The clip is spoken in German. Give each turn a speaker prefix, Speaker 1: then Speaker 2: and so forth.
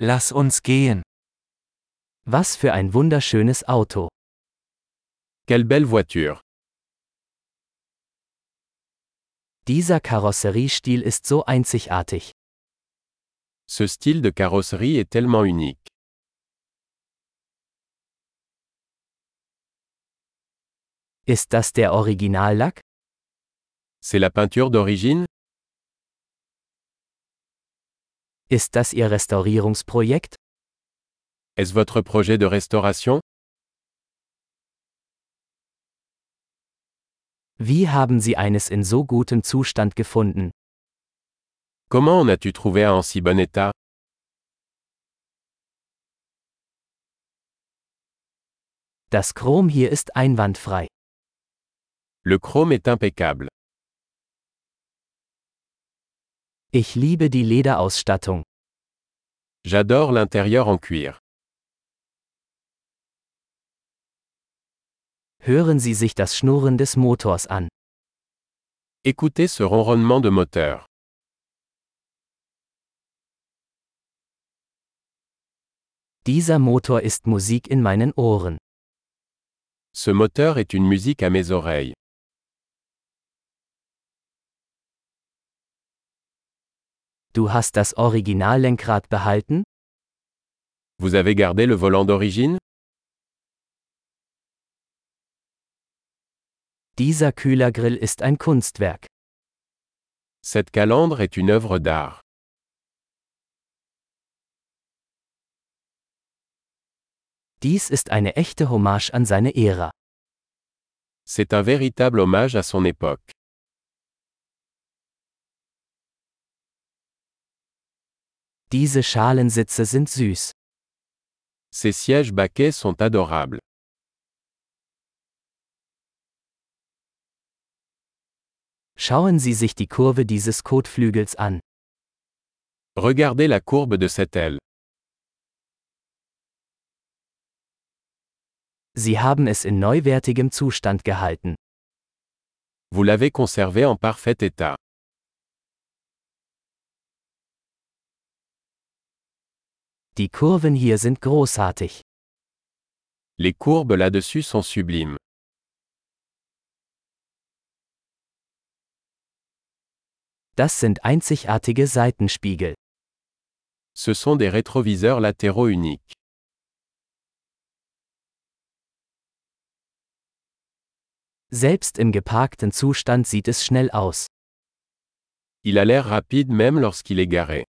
Speaker 1: Lass uns gehen.
Speaker 2: Was für ein wunderschönes Auto.
Speaker 3: Quelle belle voiture.
Speaker 2: Dieser Karosseriestil ist so einzigartig.
Speaker 3: Ce style de carrosserie est tellement unique.
Speaker 2: Ist das der Originallack?
Speaker 3: C'est la peinture d'origine?
Speaker 2: Ist das Ihr Restaurierungsprojekt?
Speaker 3: Est-ce votre projet de restauration?
Speaker 2: Wie haben Sie eines in so gutem Zustand gefunden?
Speaker 3: Comment en as-tu trouvé un en si bon état?
Speaker 2: Das Chrom hier ist einwandfrei.
Speaker 3: Le chrome est impeccable.
Speaker 2: Ich liebe die Lederausstattung.
Speaker 3: J'adore l'intérieur en cuir.
Speaker 2: Hören Sie sich das Schnurren des Motors an.
Speaker 3: Écoutez ce ronronnement de moteur.
Speaker 2: Dieser Motor ist Musik in meinen Ohren.
Speaker 3: Ce moteur est une musique à mes oreilles.
Speaker 2: Du hast das Originallenkrad behalten?
Speaker 3: Vous avez gardé le volant d'origine?
Speaker 2: Dieser Kühlergrill ist ein Kunstwerk.
Speaker 3: Cette calandre est une œuvre d'art.
Speaker 2: Dies ist eine echte Hommage an seine Ära.
Speaker 3: C'est un véritable hommage à son époque.
Speaker 2: Diese Schalensitze sind süß.
Speaker 3: Ces sièges baquets sont adorables.
Speaker 2: Schauen Sie sich die Kurve dieses Kotflügels an.
Speaker 3: Regardez la courbe de cette aile.
Speaker 2: Sie haben es in neuwertigem Zustand gehalten.
Speaker 3: Vous l'avez conservé en parfait état.
Speaker 2: Die Kurven hier sind großartig.
Speaker 3: Les courbes là-dessus sont sublimes.
Speaker 2: Das sind einzigartige Seitenspiegel.
Speaker 3: Ce sont des rétroviseurs latéraux uniques.
Speaker 2: Selbst im geparkten Zustand sieht es schnell aus.
Speaker 3: Il a l'air rapide même lorsqu'il est garé.